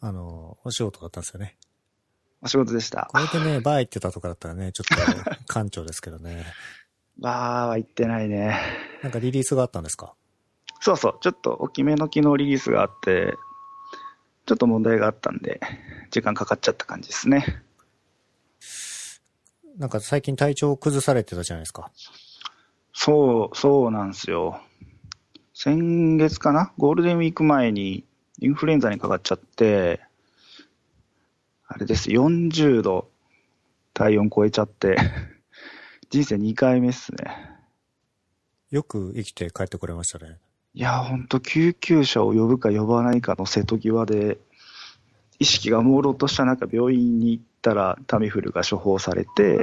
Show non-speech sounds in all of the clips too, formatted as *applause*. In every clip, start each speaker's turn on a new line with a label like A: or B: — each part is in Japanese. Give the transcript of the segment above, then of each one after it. A: あの、お仕事だったんですよね。
B: お仕事でした
A: こ。れでね、バー行ってたとかだったらね、ちょっと、館長ですけどね。
B: バーは行ってないね。
A: なんかリリースがあったんですか
B: そうそう、ちょっと大きめの機能リリースがあって、ちょっと問題があったんで、時間かかっちゃった感じですね。
A: なんか最近体調を崩されてたじゃないですか。
B: そう、そうなんですよ。先月かなゴールデンウィーク前にインフルエンザにかかっちゃって、あれです、40度体温超えちゃって、人生2回目っすね。
A: よく生きて帰ってこれましたね。
B: いや、ほんと救急車を呼ぶか呼ばないかの瀬戸際で、意識が朦朧とした中、病院に行ったらタミフルが処方されて、い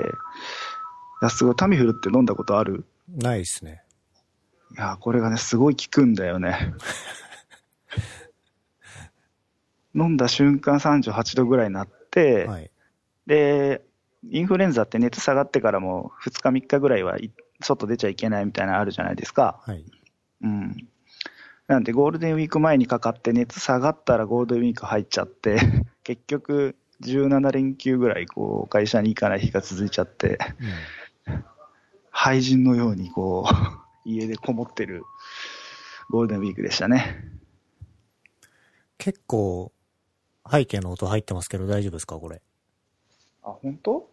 B: や、すごい、タミフルって飲んだことある
A: ないですね。
B: いやー、これがね、すごい効くんだ
A: *laughs*
B: よね。飲んだ瞬間38度ぐらいになって、
A: はい。
B: で、インフルエンザって熱下がってからも2日3日ぐらいはい外出ちゃいけないみたいなのあるじゃないですか。
A: はい。
B: うん。なんでゴールデンウィーク前にかかって熱下がったらゴールデンウィーク入っちゃって、 *laughs* 結局17連休ぐらいこう会社に行かない日が続いちゃって、
A: うん。
B: 廃人のよう *laughs* にこう、家でこもってるゴールデンウィークでしたね。
A: 結構、背景の音入ってますけど大丈夫ですかこれ。
B: あ、本当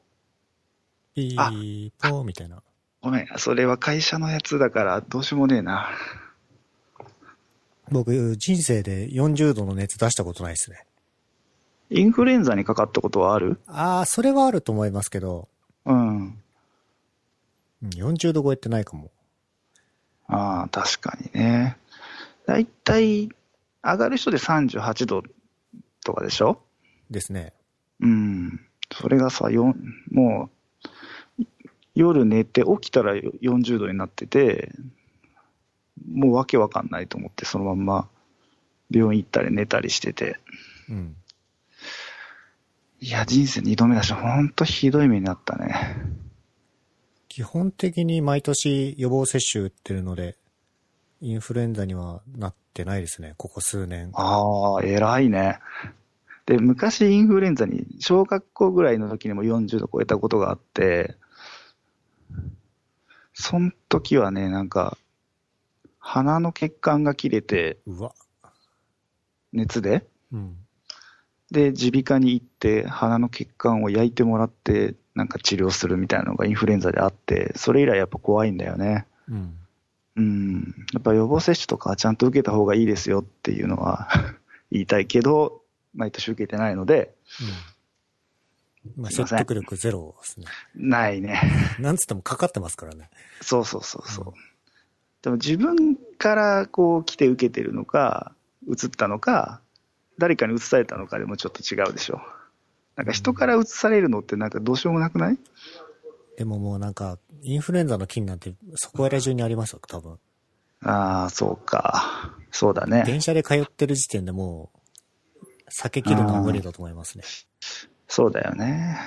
A: ピ
B: あ
A: ーポーみたいな。
B: ごめん、それは会社のやつだからどうしようもねえな。
A: 僕、人生で40度の熱出したことないですね。
B: インフルエンザにかかったことはある
A: ああ、それはあると思いますけど、
B: うん。
A: うん40度超えってないかも。
B: ああ、確かにね。だいたい上がる人で38度とかでしょ
A: ですね。
B: うん。それがさ、よもう、夜寝て起きたら40度になってて、もうわけわかんないと思って、そのまんま病院行ったり寝たりしてて。
A: うん。
B: いや、人生2度目だし、ほんとひどい目になったね。
A: 基本的に毎年予防接種打ってるので、インフルエンザにはなってないですね。ここ数年。
B: ああ、偉いね。で、昔インフルエンザに小学校ぐらいの時にも40度超えたことがあって、その時はね、なんか、鼻の血管が切れて、
A: うわ。
B: 熱で、
A: うん。
B: で、耳鼻科に行って、鼻の血管を焼いてもらって、なんか治療するみたいなのがインフルエンザであって、それ以来やっぱ怖いんだよね。
A: うん。
B: うん、やっぱ予防接種とかはちゃんと受けた方がいいですよっていうのは *laughs* 言いたいけど、毎年受けてないので、
A: うん。まあ、
B: すいま
A: 説
B: せん
A: 得力ゼロですね。
B: ないね。 *laughs*
A: なんつってもかかってますからね。。
B: そうそうそうそううんでも自分からこう来て受けてるのか、移ったのか、誰かに移されたのかでもちょっと違うでしょ。なんか人から移されるのってなんかどうしようもなくない
A: でももうなんか、インフルエンザの菌なんてそこら中にありますよ、多 *laughs* 分。
B: ああ、そうか。そうだね。
A: 電車で通ってる時点でもう、避け切るのは無理だと思いますね。
B: そうだよね。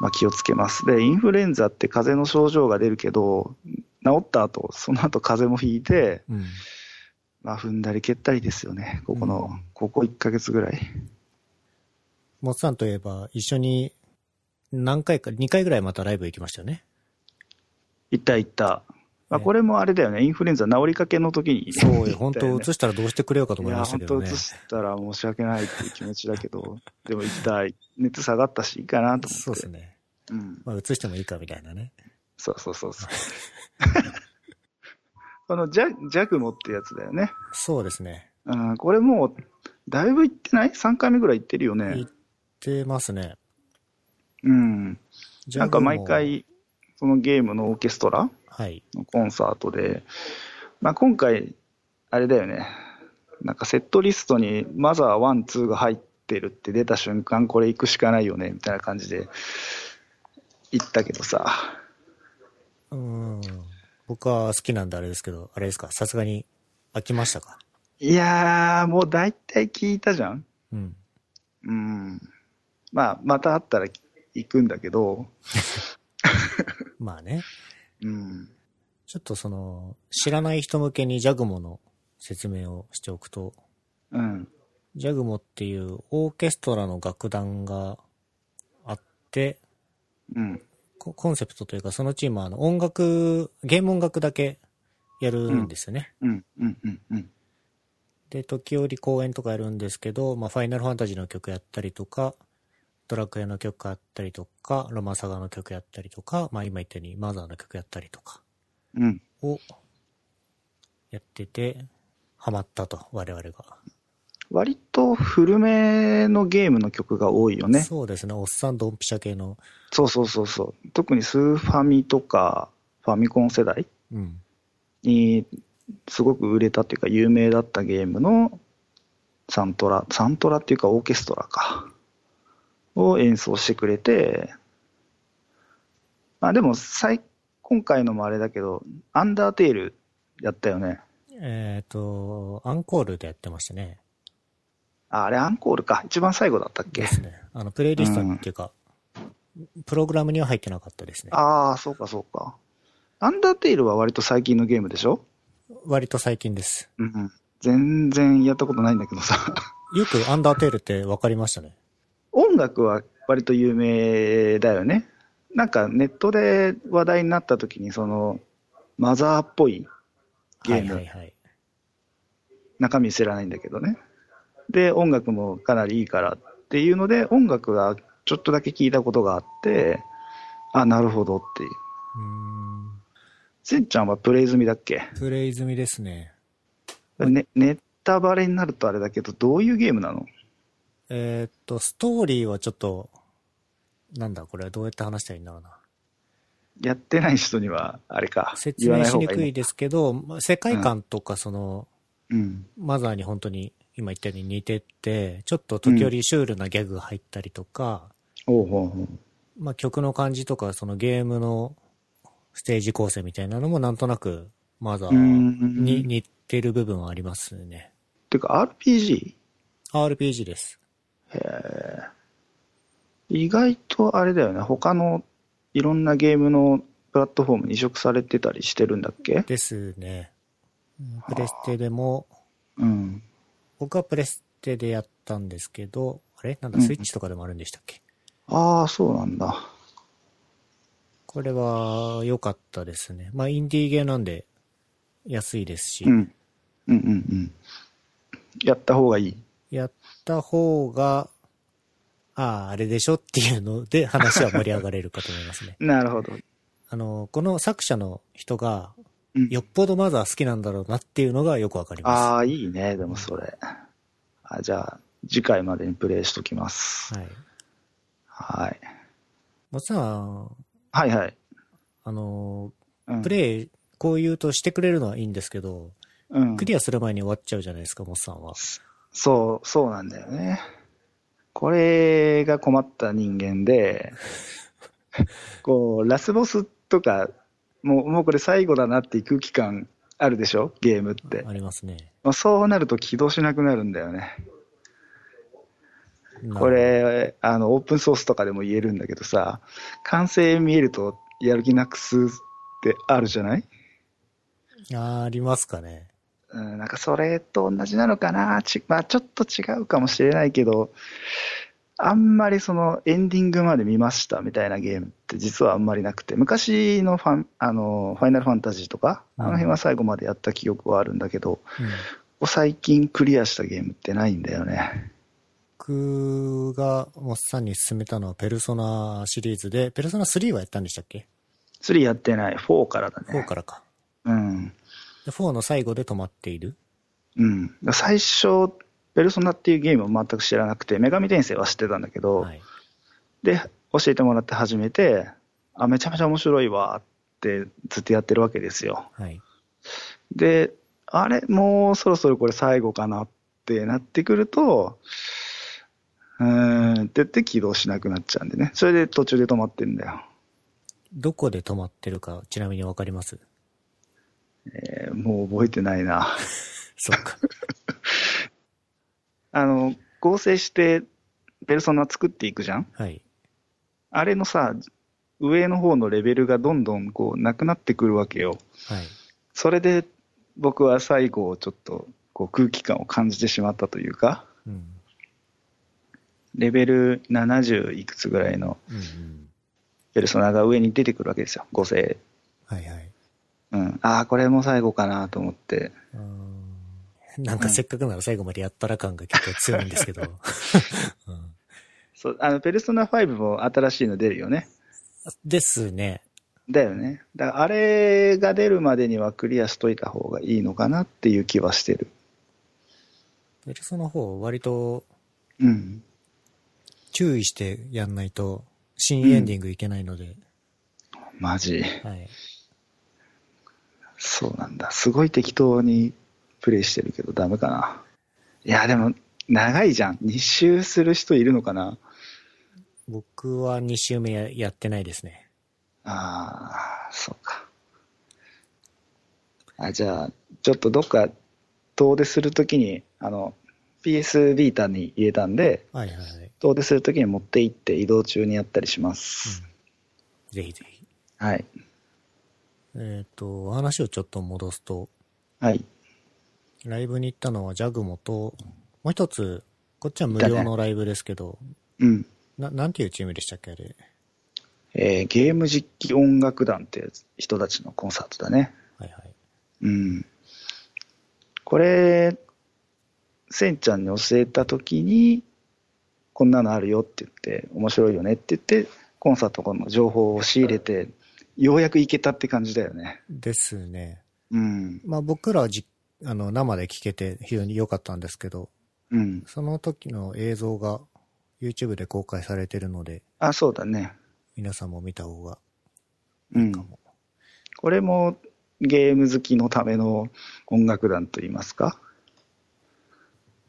B: まあ、気をつけます。で、インフルエンザって風邪の症状が出るけど、治った後、その後風邪もひいて、
A: うん。
B: まあ、踏んだり蹴ったりですよね。ここの、
A: うん
B: ここ1ヶ月ぐらい。
A: もっさんといえば、一緒に何回か、2回ぐらいまたライブ行きましたよね。
B: いったいった。まあ、
A: ね
B: これもあれだよね。インフルエンザ治りかけの時に。 *laughs*
A: そうよ、本当
B: 行ったよね
A: 映したらどうしてくれようかと
B: い
A: 思い
B: や、
A: ました
B: 本
A: けど
B: 当
A: ね
B: 移。したら申し訳ないっていう気持ちだけど、でも行きたい。熱下がったし、いいかなと思って。
A: そうですね。
B: うん。
A: まあ、映してもいいかみたいなね。
B: そうそうそう *laughs* そう。このジャジャグモってやつだよね。
A: そうですね。
B: うん、これもう、だいぶ行ってない ?3 回目ぐらい行ってるよね
A: 行。ってますね。
B: うん。
A: ジ
B: な
A: ャ
B: ん
A: グ
B: か
A: も
B: 毎。回、そのゲームのオーケストラ
A: はい。
B: のコンサートで、まあ、今回、あれだよね。なんかセットリストにマザー1、2が入ってるって出た瞬間、これ行くしかないよね、みたいな感じで行ったけどさ。
A: うん。僕は好きなんであれですけど、あれですか、さすがに飽きましたか
B: いやー、もう大体聞いたじゃん。
A: うん。
B: うん。まあ、また会ったら行くんだけど、
A: まあね。
B: うん。
A: ちょっとその、知らない人向けにジャグモの説明をしておくと、
B: うん。
A: ジャグモっていうオーケストラの楽団があって、
B: うん。
A: ココンセプトというか、そのチームはあの音楽、ゲーム音楽だけやるんですよね。
B: うん。うん。うん。うん。
A: で、時折公演とかやるんですけど、まあ、ファイナルファンタジーの曲やったりとか、ドラクエの曲やったりとか、ロマンサガの曲やったりとか、まあ、今言ったようにマザーの曲やったりとか
B: うん。
A: をやってて、ハマったと、我々が。
B: 割と古めのゲームの曲が多いよね。
A: そうですね、おっさんドンピシャ系の、
B: そうそうそうそう。特にスーファミとか、ファミコン世代
A: うん、
B: に、すごく売れたっていうか、有名だったゲームのサントラ、サントラっていうかオーケストラか、を演奏してくれて、まあでも、最、今回のもあれだけど、アンダーテールやったよね。
A: えっ、と、アンコールでやってましたね。
B: ああれアンコールか。一番最後だったっけ
A: ですね。あの、プレイリストっていうか、プログラムには入ってなかったですね。
B: ああ、そうかそうか。アンダーテイルは割と最近のゲームでしょ
A: 割と最近です。
B: うんうん。全然やったことないんだけどさ。
A: よくアンダーテールって分かりましたね。
B: 音楽は割と有名だよね。なんかネットで話題になった時にそのマザーっぽいゲ
A: は
B: ー
A: い
B: ム、
A: はいはい。
B: 中身知らないんだけどね。で、音楽もかなりいいからっていうので、音楽がちょっとだけ聞いたことがあって、あ、なるほどっていう。
A: うーん。
B: せんちゃんはプレイ済みだっけ
A: プレイ済みですね。
B: ね、ネタバレになるとあれだけど、どういうゲームなの
A: えーっと、ストーリーはちょっと、なんだこれはどうやって話したらいいんだろうな。
B: やってない人には、あれか、
A: 説
B: 言わ
A: 明
B: ない
A: し
B: 方
A: に
B: が
A: く
B: い
A: い
B: い。
A: ですけど、まあ世界観とかその、
B: うん。
A: マザーに本当に今言ったように似てて、ちょっと時折シュールなギャグが入ったりとか、
B: おうほうほう。
A: まあ、曲の感じとか、そのゲームのステージ構成みたいなのもなんとなく、マザ
B: うー
A: ー
B: ん。
A: に似てる部分はありますね。
B: てか RPG?
A: RPG です。
B: 意外とあれだよね、他のいろんなゲームのプラットフォームに移植されてたりしてるんだっけ
A: ですね。プレステでも、
B: うん。
A: 僕はプレステでやったんですけど、あれなんだ、
B: うん
A: スイッチとかでもあるんでしたっけ、
B: ああ、そうなんだ。
A: これは良かったですね。まあ、インディーゲーなんで安いですし、
B: うん。うんうんうん。やった方がいい。
A: やった方が、ああ、あれでしょっていうので話は盛り上がれるかと思いますね。
B: なるほど。
A: あの、この作者の人が、
B: うん
A: よっぽどマザー好きなんだろうなっていうのがよくわかりま
B: ああ、いいね、でもそれ。あじゃあ、次回までにプレイしときます
A: す。。はい。
B: はい。
A: もちろん、
B: はいはい。
A: あの、
B: うん
A: プレイ、こういうとしてくれるのはいいんですけど、
B: うん
A: クリアする前に終わっちゃうじゃないですか、モスさんは。
B: そう、そうなんだよね。これが困った人間 *laughs* で、こう、ラスボスとか、もう、もうこれ最後だなっていう空気感あるでしょゲームって
A: あ。りますね。
B: まあそうなると起動しなくなるんだよね。
A: な
B: こ。れ、あの、オープンソースとかでも言えるんだけどさ、完成見えるとやる気なくすってあるじゃない
A: あーありますかね。
B: うん、なんかそれと同じなのかな、ちまあ、ちょっと違うかもしれないけど、あんまりそのエンディングまで見ましたみたいなゲームって実はあんまりなくて、昔のファンあのファイナルファンタジーとか、あの辺は最後までやった記憶はあるんだけど、
A: うん
B: 最近クリアしたゲームってないんだよね。
A: 僕がモスさんに勧めたのはペルソナシリーズで、ペルソナ3はやったんでしたっけ
B: 3やってない、4からだ
A: ?4
B: ね。
A: からか。
B: うん。
A: で4の最後で止まっている。
B: うん。最初、ペルソナっていうゲームを全く知らなくて、女神転生は知ってたんだけど、
A: はい。
B: で、教えてもらって始めて、あ、めちゃめちゃ面白いわってずっとやってるわけですよ。
A: はい。
B: で、あれ、もうそろそろこれ最後かなってなってくると、うーんって言って起動しなくなっちゃうんでね。それで途中で止まってんだよ。
A: どこで止まってるか、ちなみにわかります
B: えーもう覚えてないな。 *laughs*
A: そっか。
B: あの、合成してペルソナ作っていくじゃん
A: はい。
B: あれのさ、上の方のレベルがどんどんこうなくなってくるわけよ。
A: はい。
B: それで僕は最後をちょっとこう空気感を感じてしまったというか、
A: うん。
B: レベル70いくつぐらいの
A: うんうん。
B: ペルソナが上に出てくるわけですよ、5世。
A: はいはい。
B: うん、ああ、これも最後かなと思って。
A: うーんなんかせっかくなら最後までやったら感が結構強いんですけど。うん
B: そう、あの、ペルソナ5も新しいの出るよね。
A: *laughs* ですね。
B: だよね。だから、あれが出るまでにはクリアしといた方がいいのかなっていう気はしてる。
A: ペルソナ4割と
B: うん。
A: 注意してやんないと新エンディングいけないので。
B: マジ。
A: はい。
B: そうなんだ。すごい適当にプレイしてるけどダメかな。いや、でも、長いじゃん。2周する人いるのかな
A: 僕は2周目ややってないですね。
B: ああ、そうか。あ、じゃあ、ちょっとどっか遠出するときに、あの、PS ビータに入れたんで、
A: はいはいはい。
B: 遠出するときに持って行って移動中にやったりします。
A: ぜひぜひ。
B: はい。
A: えっ、と、話をちょっと戻すと、
B: はい。
A: ライブに行ったのはジャグモと、もう一つ、こっちは無料のライブですけど、
B: うん。
A: な、なんていうチームでしたっけあれ。
B: えーゲーム実機音楽団って人たちのコンサートだね。
A: はいはい。
B: うん。これ、せんちゃんに教えたときに、こんなのあるよって言って、面白いよねって言って、コンサートの情報を仕入れて、ようやく行けたって感じだよね。
A: ですね。
B: うん。
A: まあ僕らはじ、あの、生で聞けて非常に良かったんですけど、
B: うん。
A: その時の映像が YouTube で公開されてるので、
B: あ、そうだね。
A: 皆さんも見た方が
B: う
A: いい
B: ん
A: か。も。
B: これもゲーム好きのための音楽団といいますか。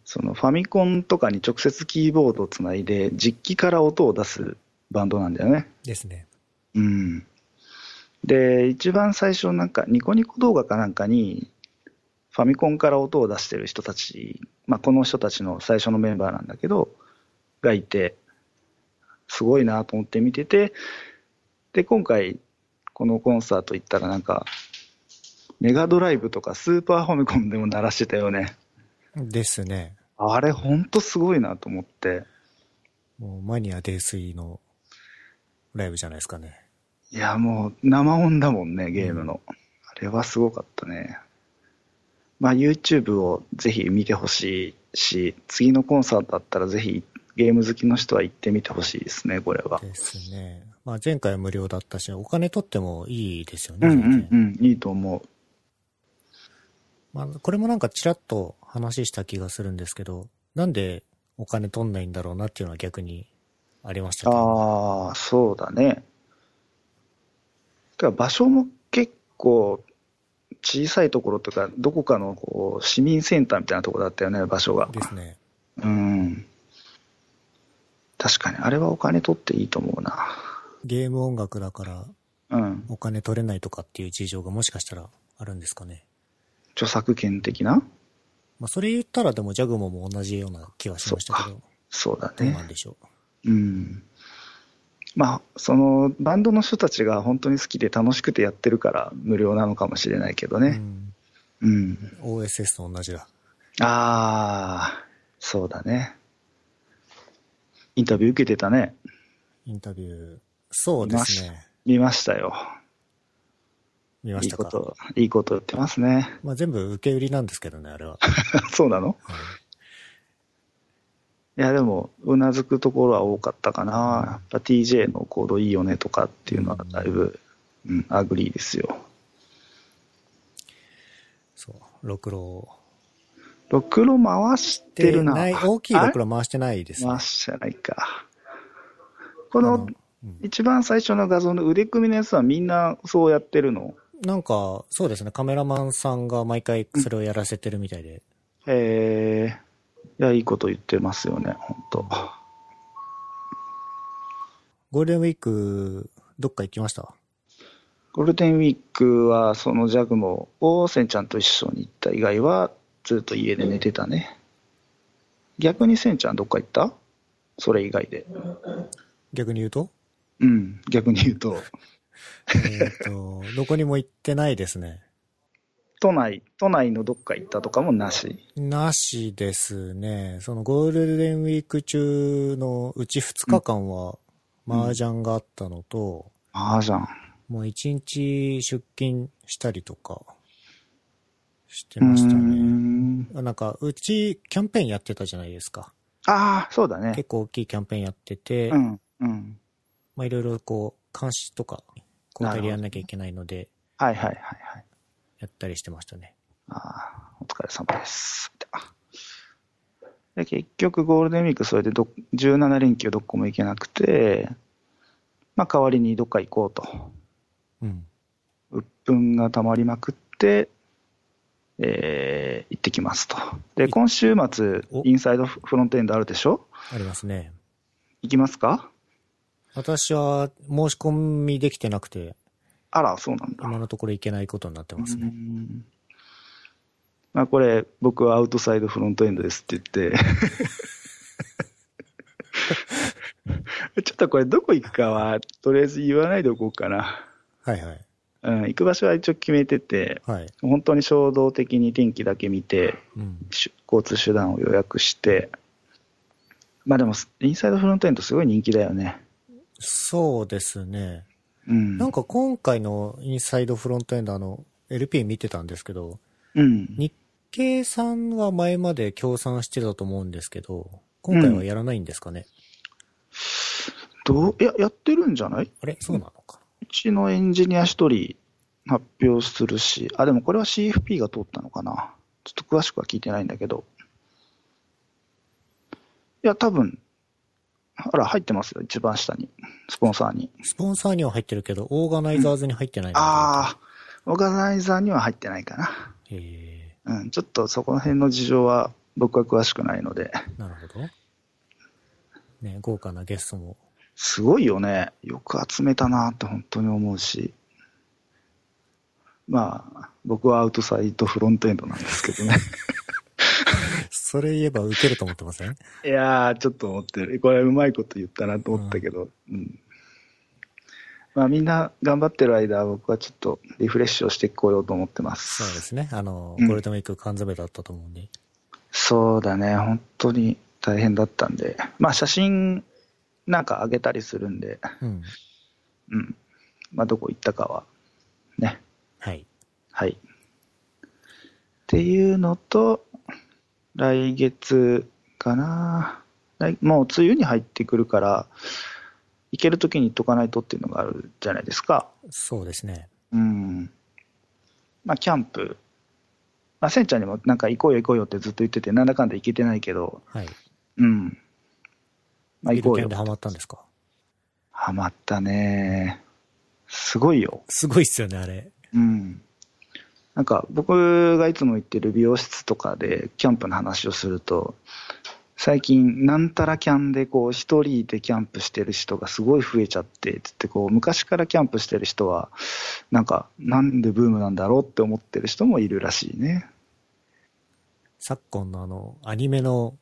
B: そのファミコンとかに直接キーボードをつないで、実機から音を出すバンドなんだよね。
A: ですね。
B: うん。で、一番最初なんか、ニコニコ動画かなんかに、ファミコンから音を出してる人たち、まあ、この人たちの最初のメンバーなんだけど、がいて、すごいなと思って見てて、で、今回、このコンサート行ったらなんか、メガドライブとかスーパーファミコンでも鳴らしてたよね。
A: ですね。
B: あれ、ほんとすごいなと思って。
A: もうマニア泥酔のライブじゃないですかね。
B: いや、もう生音だもんね、ゲームの。あれはすごかったね。まあ、YouTube をぜひ見てほしいし、次のコンサートだったらぜひゲーム好きの人は行ってみてほしいですね、これは。
A: ですね。まあ前回は無料だったし、お金取ってもいいですよ
B: う
A: ね。
B: んう
A: 全然
B: んうん、いいと思う。
A: まあ、これもなんかちらっと話した気がするんですけど、なんでお金取んないんだろうなっていうのは逆にありましたけど。
B: ああ、そうだね。だから場所も結構小さいところとか、どこかのこう市民センターみたいなところだったよね、場所が。
A: ですね。
B: うん。確かに、あれはお金取っていいと思うな。
A: ゲーム音楽だから
B: うん。
A: お金取れないとかっていう事情がもしかしたらあるんですかね。
B: 著作権的な
A: まあそれ言ったらでもジャグモも同じような気はしましたけど、
B: そうだ
A: どうな
B: ね
A: ん。でしょう。
B: うん。まあ、その、バンドの人たちが本当に好きで楽しくてやってるから無料なのかもしれないけど
A: う
B: ね。
A: ん、
B: うん。
A: OSS と同じだ。
B: ああ、そうだね。インタビュー受けてたね。
A: インタビュー。そうですね。
B: 見ましたよ。
A: 見ま
B: いい
A: した
B: こ
A: か。
B: と、いいこと言ってますね。
A: まあ全部受け売りなんですけどね、あれは。
B: そうなの
A: はい
B: いや、でも、うなずくところは多かったかな。やっぱ TJ のコードいいよねとかっていうのはだいぶ、うん、アグリーですよ。
A: そう。ろくろ
B: ろくろ回してるな。
A: い、大きいろく
B: ろ
A: ろ回してないですね。
B: 回してないか。こ
A: あ
B: の
A: の、うん
B: 一番最初の画像の腕組みのやつはみんなそうやってるの
A: なんか、そうですね、カメラマンさんが毎回それをやらせてるみたいで、
B: へえ。いや、いいこと言ってますよね、本当
A: ゴールデンウィーク、どっか行きました
B: ゴールデンウィークは、そのジャグモをセンちゃんと一緒に行った以外は、ずっと家で寝てたね。逆にセンちゃんどっか行ったそれ以外で。
A: 逆に言うと
B: うん、逆に言うと。
A: えっと、どこにも行ってないですね。
B: 都内、都内のどっか行ったとかもなし。
A: なしですね。そのゴールデンウィーク中のうち2日間は麻雀があったのと、
B: ああじゃん。
A: もう1日出勤したりとかしてましたね。なんか、うちキャンペーンやってたじゃないですか。
B: ああ、そうだね。
A: 結構大きいキャンペーンやってて、
B: うん、うん。
A: まあいろいろこう、監視とか、交代でやんなきゃいけないので、
B: はいはいはいはい。
A: やったりしてましたね。
B: ああ、お疲れ様です。で結局ゴールデンウィークそれでど17連休どこも行けなくて、まあ代わりにどっか行こうと。
A: うん。
B: 鬱憤が溜まりまくって、えー行ってきますと。で、今週末
A: お、
B: インサイドフロントエンドあるでしょ
A: ありますね。
B: 行きますか
A: 私は申し込みできてなくて、
B: あら、そうなんだ。
A: 今のところいけないことになってますね。
B: うんまあ、これ、僕はアウトサイドフロントエンドですって *laughs* 言って、ちょっとこれ、どこ行くかは、とりあえず言わないでおこうかな。
A: はいはい。
B: うん、行く場所は一応決めてて、
A: はい。
B: 本当に衝動的に天気だけ見て、
A: うん。
B: し交通手段を予約して、まあでも、インサイドフロントエンド、すごい人気だよね。
A: そうですね。
B: うん。
A: なんか今回のインサイドフロントエンドあの、LP 見てたんですけど、
B: うん。
A: 日経さんは前まで協賛してたと思うんですけど、今回はやらないんですかね。
B: どういや、やってるんじゃない
A: あれそうなのか。
B: うちのエンジニア一人発表するし、あ、でもこれは CFP が通ったのかな。ちょっと詳しくは聞いてないんだけど。いや、多分、あら、入ってますよ、一番下に。スポンサーに。
A: スポンサーには入ってるけど、オーガナイザーズに入ってないあ。
B: ああ、オーガナイザーには入ってないか
A: へ
B: な。うん、ちょっとそこら辺の事情は僕は詳しくないので。
A: え、なるほど。ね、豪華なゲストも。
B: すごいよね。よく集めたなって本当に思うし。まあ、僕はアウトサイドフロントエンドなんですけどね。
A: それ言えば受けると思ってま
B: *laughs*
A: せん
B: いやー、ちょっと思ってる。これ、うまいこと言ったなと思ったけど、うん。まあ、みんな頑張ってる間、僕はちょっとリフレッシュをしてこようと思ってます。
A: そうですね。あの、
B: うん
A: ゴールデンウィーク缶詰だったと思うんで。
B: そうだね、本当に大変だったんで。まあ、写真なんかあげたりするんで、
A: うん。
B: うん。まあ、どこ行ったかは、ね。
A: はい。
B: はい。っていうのと、来月かな。来もう梅雨に入ってくるから、行けるときに行っとかないとっていうのがあるじゃないですか。
A: そうですね。
B: うん。まあ、キャンプ。まあ、せんちゃんにもなんか行こうよ行こうよってずっと言ってて、なんだかんだ行けてないけど、
A: はい。
B: うん。まあ、
A: ビ
B: 行こ
A: ルケン
B: うよ
A: で。ハマったんですか
B: ハマったね。すごいよ。
A: すごいっすよね、あれ。
B: うん。なんか僕がいつも行ってる美容室とかでキャンプの話をすると最近なんたらキャンでこう一人でキャンプしてる人がすごい増えちゃってつってこう昔からキャンプしてる人はなんかなんでブームなんだろうって思ってる人もいるらしいね。
A: 昨今のあの、アニメの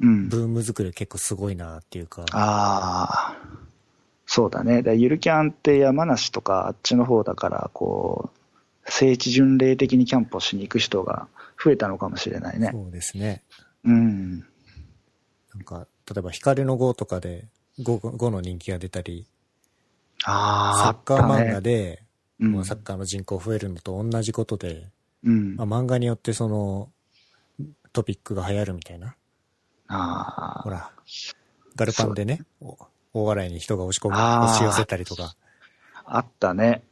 B: うん、
A: ブーム作り結構すごいなっていうか。
B: ああ、そうだね。だからゆるキャンって山梨とかあっちの方だから、こう、聖地巡礼的にキャンプをしに行く人が増えたのかもしれないね。
A: そうですね。
B: うん。
A: なんか、例えば、光の碁とかで、碁碁の人気が出たり、
B: ああ、
A: サッカー漫
B: あ
A: 画
B: ったね
A: で、
B: うん
A: まあサッカーの人口増えるのと同じことで、
B: うん
A: まあ、漫画によってその、トピックが流行るみたいな。
B: あ
A: ほ
B: ー
A: ら、ガルパンでね、お大笑いに人が押し込む、
B: あー
A: 押し寄せたりとか、
B: あったね。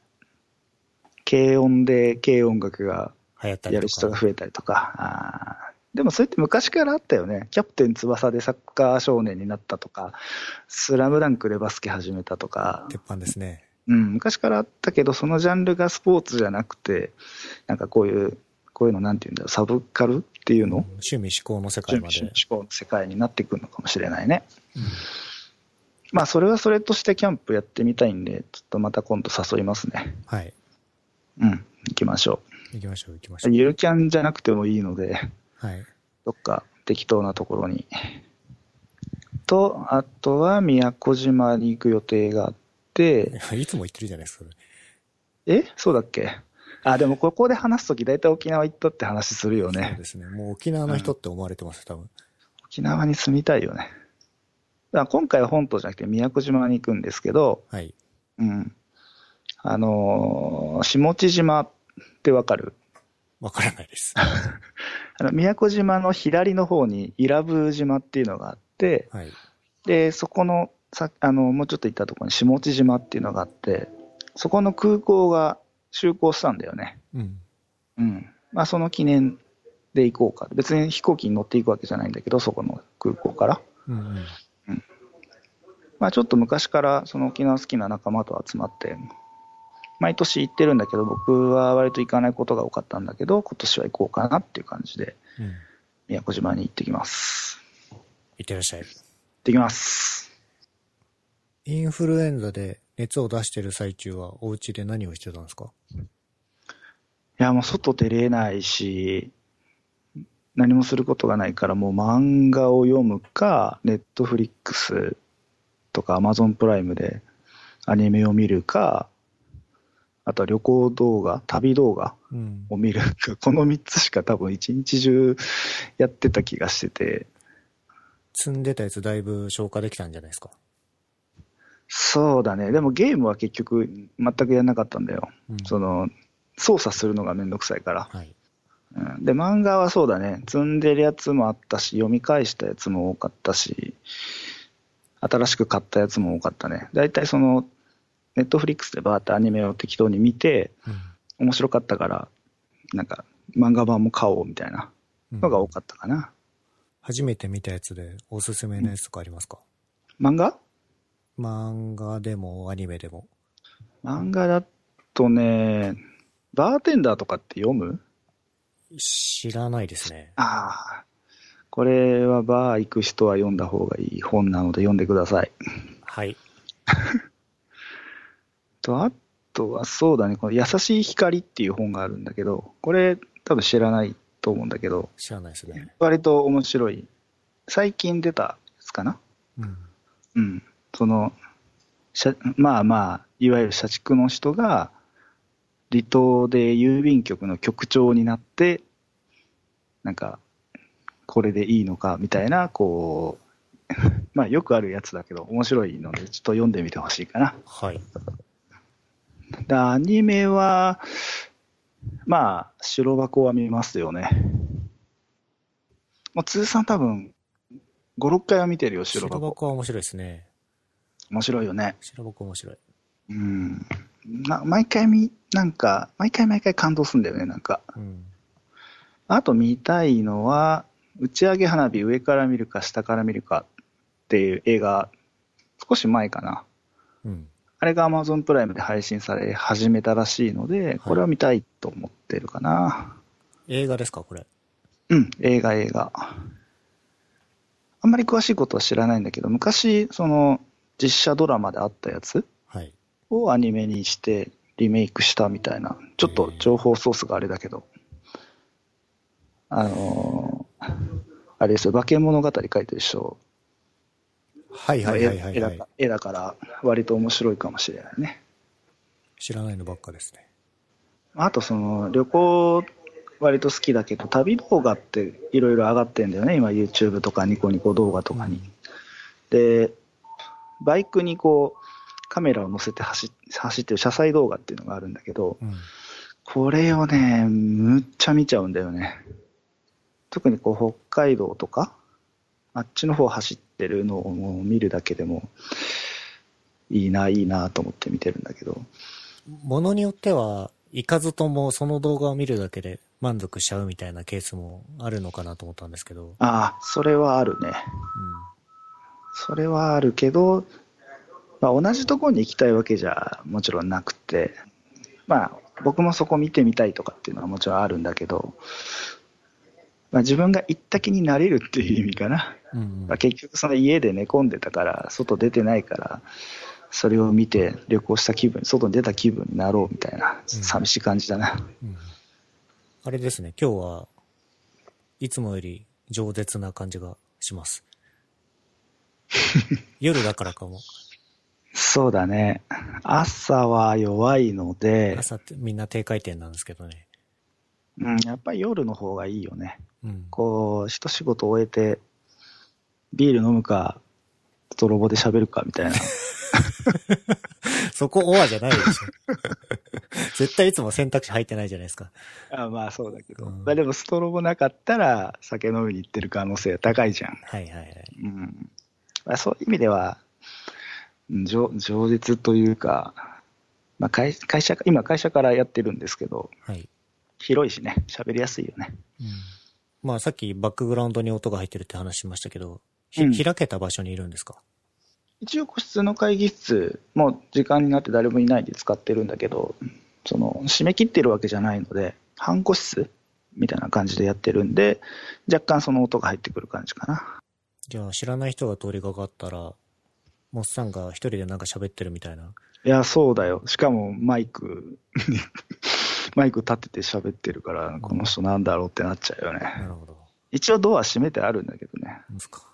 B: 軽音で軽音楽が
A: 流行った
B: や
A: り
B: る人
A: と
B: が
A: か。
B: 増えたりとか。あーでもそれって昔からあったよね。キャプテン翼でサッカー少年になったとか、スラムダンクでバスケ始めたとか、
A: 鉄板ですね。
B: うん、昔からあったけど、そのジャンルがスポーツじゃなくて、なんかこういう、こういうのなんていうんだろう、サブカルっていうの
A: 趣味思考の世界
B: 準
A: ま
B: 備
A: で。
B: 志向の世界になってくるのかもしれないね。
A: うん
B: まあ、それはそれとしてキャンプやってみたいんで、ちょっとまた今度誘いますね。
A: はい。
B: うん、行きましょ
A: 行きましょう、行きまし
B: う。
A: ょう。
B: ゆるキャンじゃなくてもいいので、
A: はい。 *laughs*
B: どっか適当なところに。と、あとは宮古島に行く予定があって、
A: いつも言ってるじゃないですか、それ
B: えそうだっけあ、でもここで話すとき大体沖縄行ったって話するよ
A: そう
B: ね。
A: ですね。もう沖縄の人って思われてます、多分。
B: 沖縄に住みたいよね。だから今回は本島じゃなくて宮古島に行くんですけど、
A: はい。
B: うん。あのー下地島ってわかる
A: わからないです。
B: あの宮古島の左の方に伊良部島っていうのがあって、
A: はい。
B: で、そこのさあの、もうちょっと行ったところに下地島っていうのがあって、そこの空港が就航したんだよね。
A: うん。
B: うん。まあ、その記念で行こうか。別に飛行機に乗っていくわけじゃないんだけど、そこの空港から。
A: うん、うん。
B: まあ、ちょっと昔からその沖縄好きな仲間と集まって、毎年行ってるんだけど、僕は割と行かないことが多かったんだけど、今年は行こうかなっていう感じで、
A: うん。
B: 宮古島に行ってきます。
A: いってらっしゃい。
B: 行ってきます。
A: インフルエンザで熱を出してる最中はお家で何をしてたんですか
B: いや、もう外出れないし、何もすることがないから、もう漫画を読むか、ネットフリックスとかアマゾンプライムでアニメを見るか、あとは旅行動画、旅動画
A: うん。
B: を見るか、この3つしか多分一日中やってた気がしてて、
A: 積んでたやつだいぶ消化できたんじゃないですか
B: そうだね、でもゲームは結局全くやらなかったんだよ。
A: うん
B: その、操作するのがめんどくさいから。
A: はい。
B: うんで、漫画はそうだね、積んでるやつもあったし、読み返したやつも多かったし、新しく買ったやつも多かったね。だいたいその、ネットフリックスでバーってアニメを適当に見て、
A: う。
B: 面白かったから、なんか、漫画版も買おうみたいなんのが多かったかな。
A: 初めて見たやつでおすすめのやつとかありますか、
B: 漫画
A: 漫画でもアニメでも。
B: 漫画だとね、バーテンダーとかって読む
A: 知らないですね。
B: ああ、これはバー行く人は読んだ方がいい本なので読んでください。
A: はい。
B: と、あとはそうだね、この優しい光っていう本があるんだけど、これ多分知らないと思うんだけど、
A: 知らないですね。
B: 割と面白い。最近出たやつかな
A: うん。
B: うん。その、社まあまあ、いわゆる社畜の人が、離島で郵便局の局長になって、なんか、これでいいのかみたいな、こう、 *laughs* まあよくあるやつだけど、面白いので、ちょっと読んでみてほしいかな。
A: はい。
B: だアニメは、まあ、白箱は見ますよね。もう通算多分、5、6回は見てるよ、白
A: 白
B: 箱。
A: 箱は面白いですね。
B: 面白いよね。
A: 白箱面白い。
B: うん。な毎回み、なんか、毎回毎回感動するんだよね、なんか。
A: うん。
B: あと見たいのは、打ち上げ花火上から見るか下から見るかっていう映画、少し前かな。
A: うん。
B: あれが Amazon プライムで配信され始めたらしいので、これは見たいと思ってるかな。
A: 映画ですかこれ。
B: うん、映画、映画。あんまり詳しいことは知らないんだけど、昔、その、実写ドラマであったやつ
A: はい。
B: をアニメにしてリメイクしたみたいな、ちょっと情報ソースがあれだけど、あのーあれですよ、化け物語書いてる人
A: はい
B: の
A: はいはいはい、
B: 絵だ
A: はい
B: か。絵だから、割と面白いかもしれないね。
A: 知らないのばっかですね。
B: あと、その、旅行、割と好きだけど、旅動画っていろいろ上がってんだよね、今 YouTube とかニコニコ動画とかに。で、バイクにこう、カメラを乗せて走っ走ってる車載動画っていうのがあるんだけど、
A: うん。
B: これをね、むっちゃ見ちゃうんだよね。特にこう、北海道とか、あっちの方走ってるのをもう見るだけでも、いいな、いいなと思って見てるんだけど、
A: ものによっては、行かずともその動画を見るだけで満足しちゃうみたいなケースもあるのかなと思ったんですけど。
B: ああ、それはあるね。それはあるけど、まあ、同じところに行きたいわけじゃもちろんなくて、まあ、僕もそこ見てみたいとかっていうのはもちろんあるんだけど、まあ、自分が行った気になれるっていう意味かな、
A: うん。うん、うん
B: まあ、。結局その家で寝込んでたから外出てないからそれを見て旅行した気分外に出た気分になろうみたい
A: う
B: な
A: ん
B: 寂しい感じだな、
A: うんあれですね、今日はいつもより饒舌 *laughs* な感じがします。夜だからかも。
B: そうだね。朝は弱いので、
A: 朝ってみんな低回転なんですけどね。
B: うん、やっぱり夜の方がいいよね。
A: うん。
B: こう、一仕事終えて、ビール飲むか、泥棒で喋るかみ
A: *laughs*
B: たいな。
A: そこオアじゃないでしょ。 *laughs* 絶対いつも選択肢入ってないじゃないですか。
B: あまあそうだけど。
A: うん
B: まあでもストロボなかったら酒飲みに行ってる可能性高いじゃん。
A: はいはいはい。
B: うん。まあそういう意味では、うん上上舌というか、まあ会会社、今会社からやってるんですけど、
A: はい。
B: 広いしね、喋りやすいよね。
A: うん、まあさっきバックグラウンドに音が入ってるって話しましたけど、ひ
B: うん
A: 開けた場所にいるんですか
B: 一応個室の会議室、もう時間になって誰もいないんで使ってるんだけど、その、締め切ってるわけじゃないので、半個室みたいな感じでやってるんで、若干その音が入ってくる感じかな。
A: じゃあ知らない人が通りかかったら、モッサンが一人でなんか喋ってるみたいな。
B: いや、そうだよ。しかもマイク、 *laughs* マイク立てて喋ってるから、この人なんだろうってなっちゃうよね。
A: なるほど。
B: 一応ドア閉めてあるんだけどね。
A: ですか。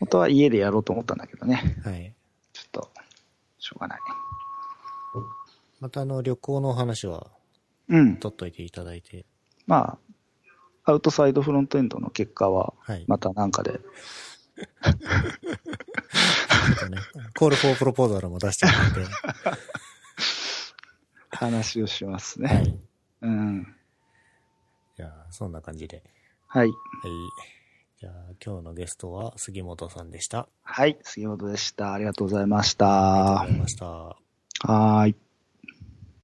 B: 本当は家でやろうと思ったんだけどね。
A: はい。
B: ちょっと、しょうがない。
A: またあの旅行のお話は
B: うん。
A: 取っといていただいて。
B: まあ、アウトサイドフロントエンドの結果は、
A: はい。
B: またなんかで、
A: ちょっとね、コールフォープロポーザルも出してもらって。 *laughs*
B: 話をしますね。
A: はい。
B: うん。
A: じゃあ、そんな感じで。
B: はい。
A: はい。じゃあ、今日のゲストは杉本さんでした。
B: はい。杉本でした。ありがとうございまし
A: ありがとう
B: た
A: ござ。いました。
B: はーい。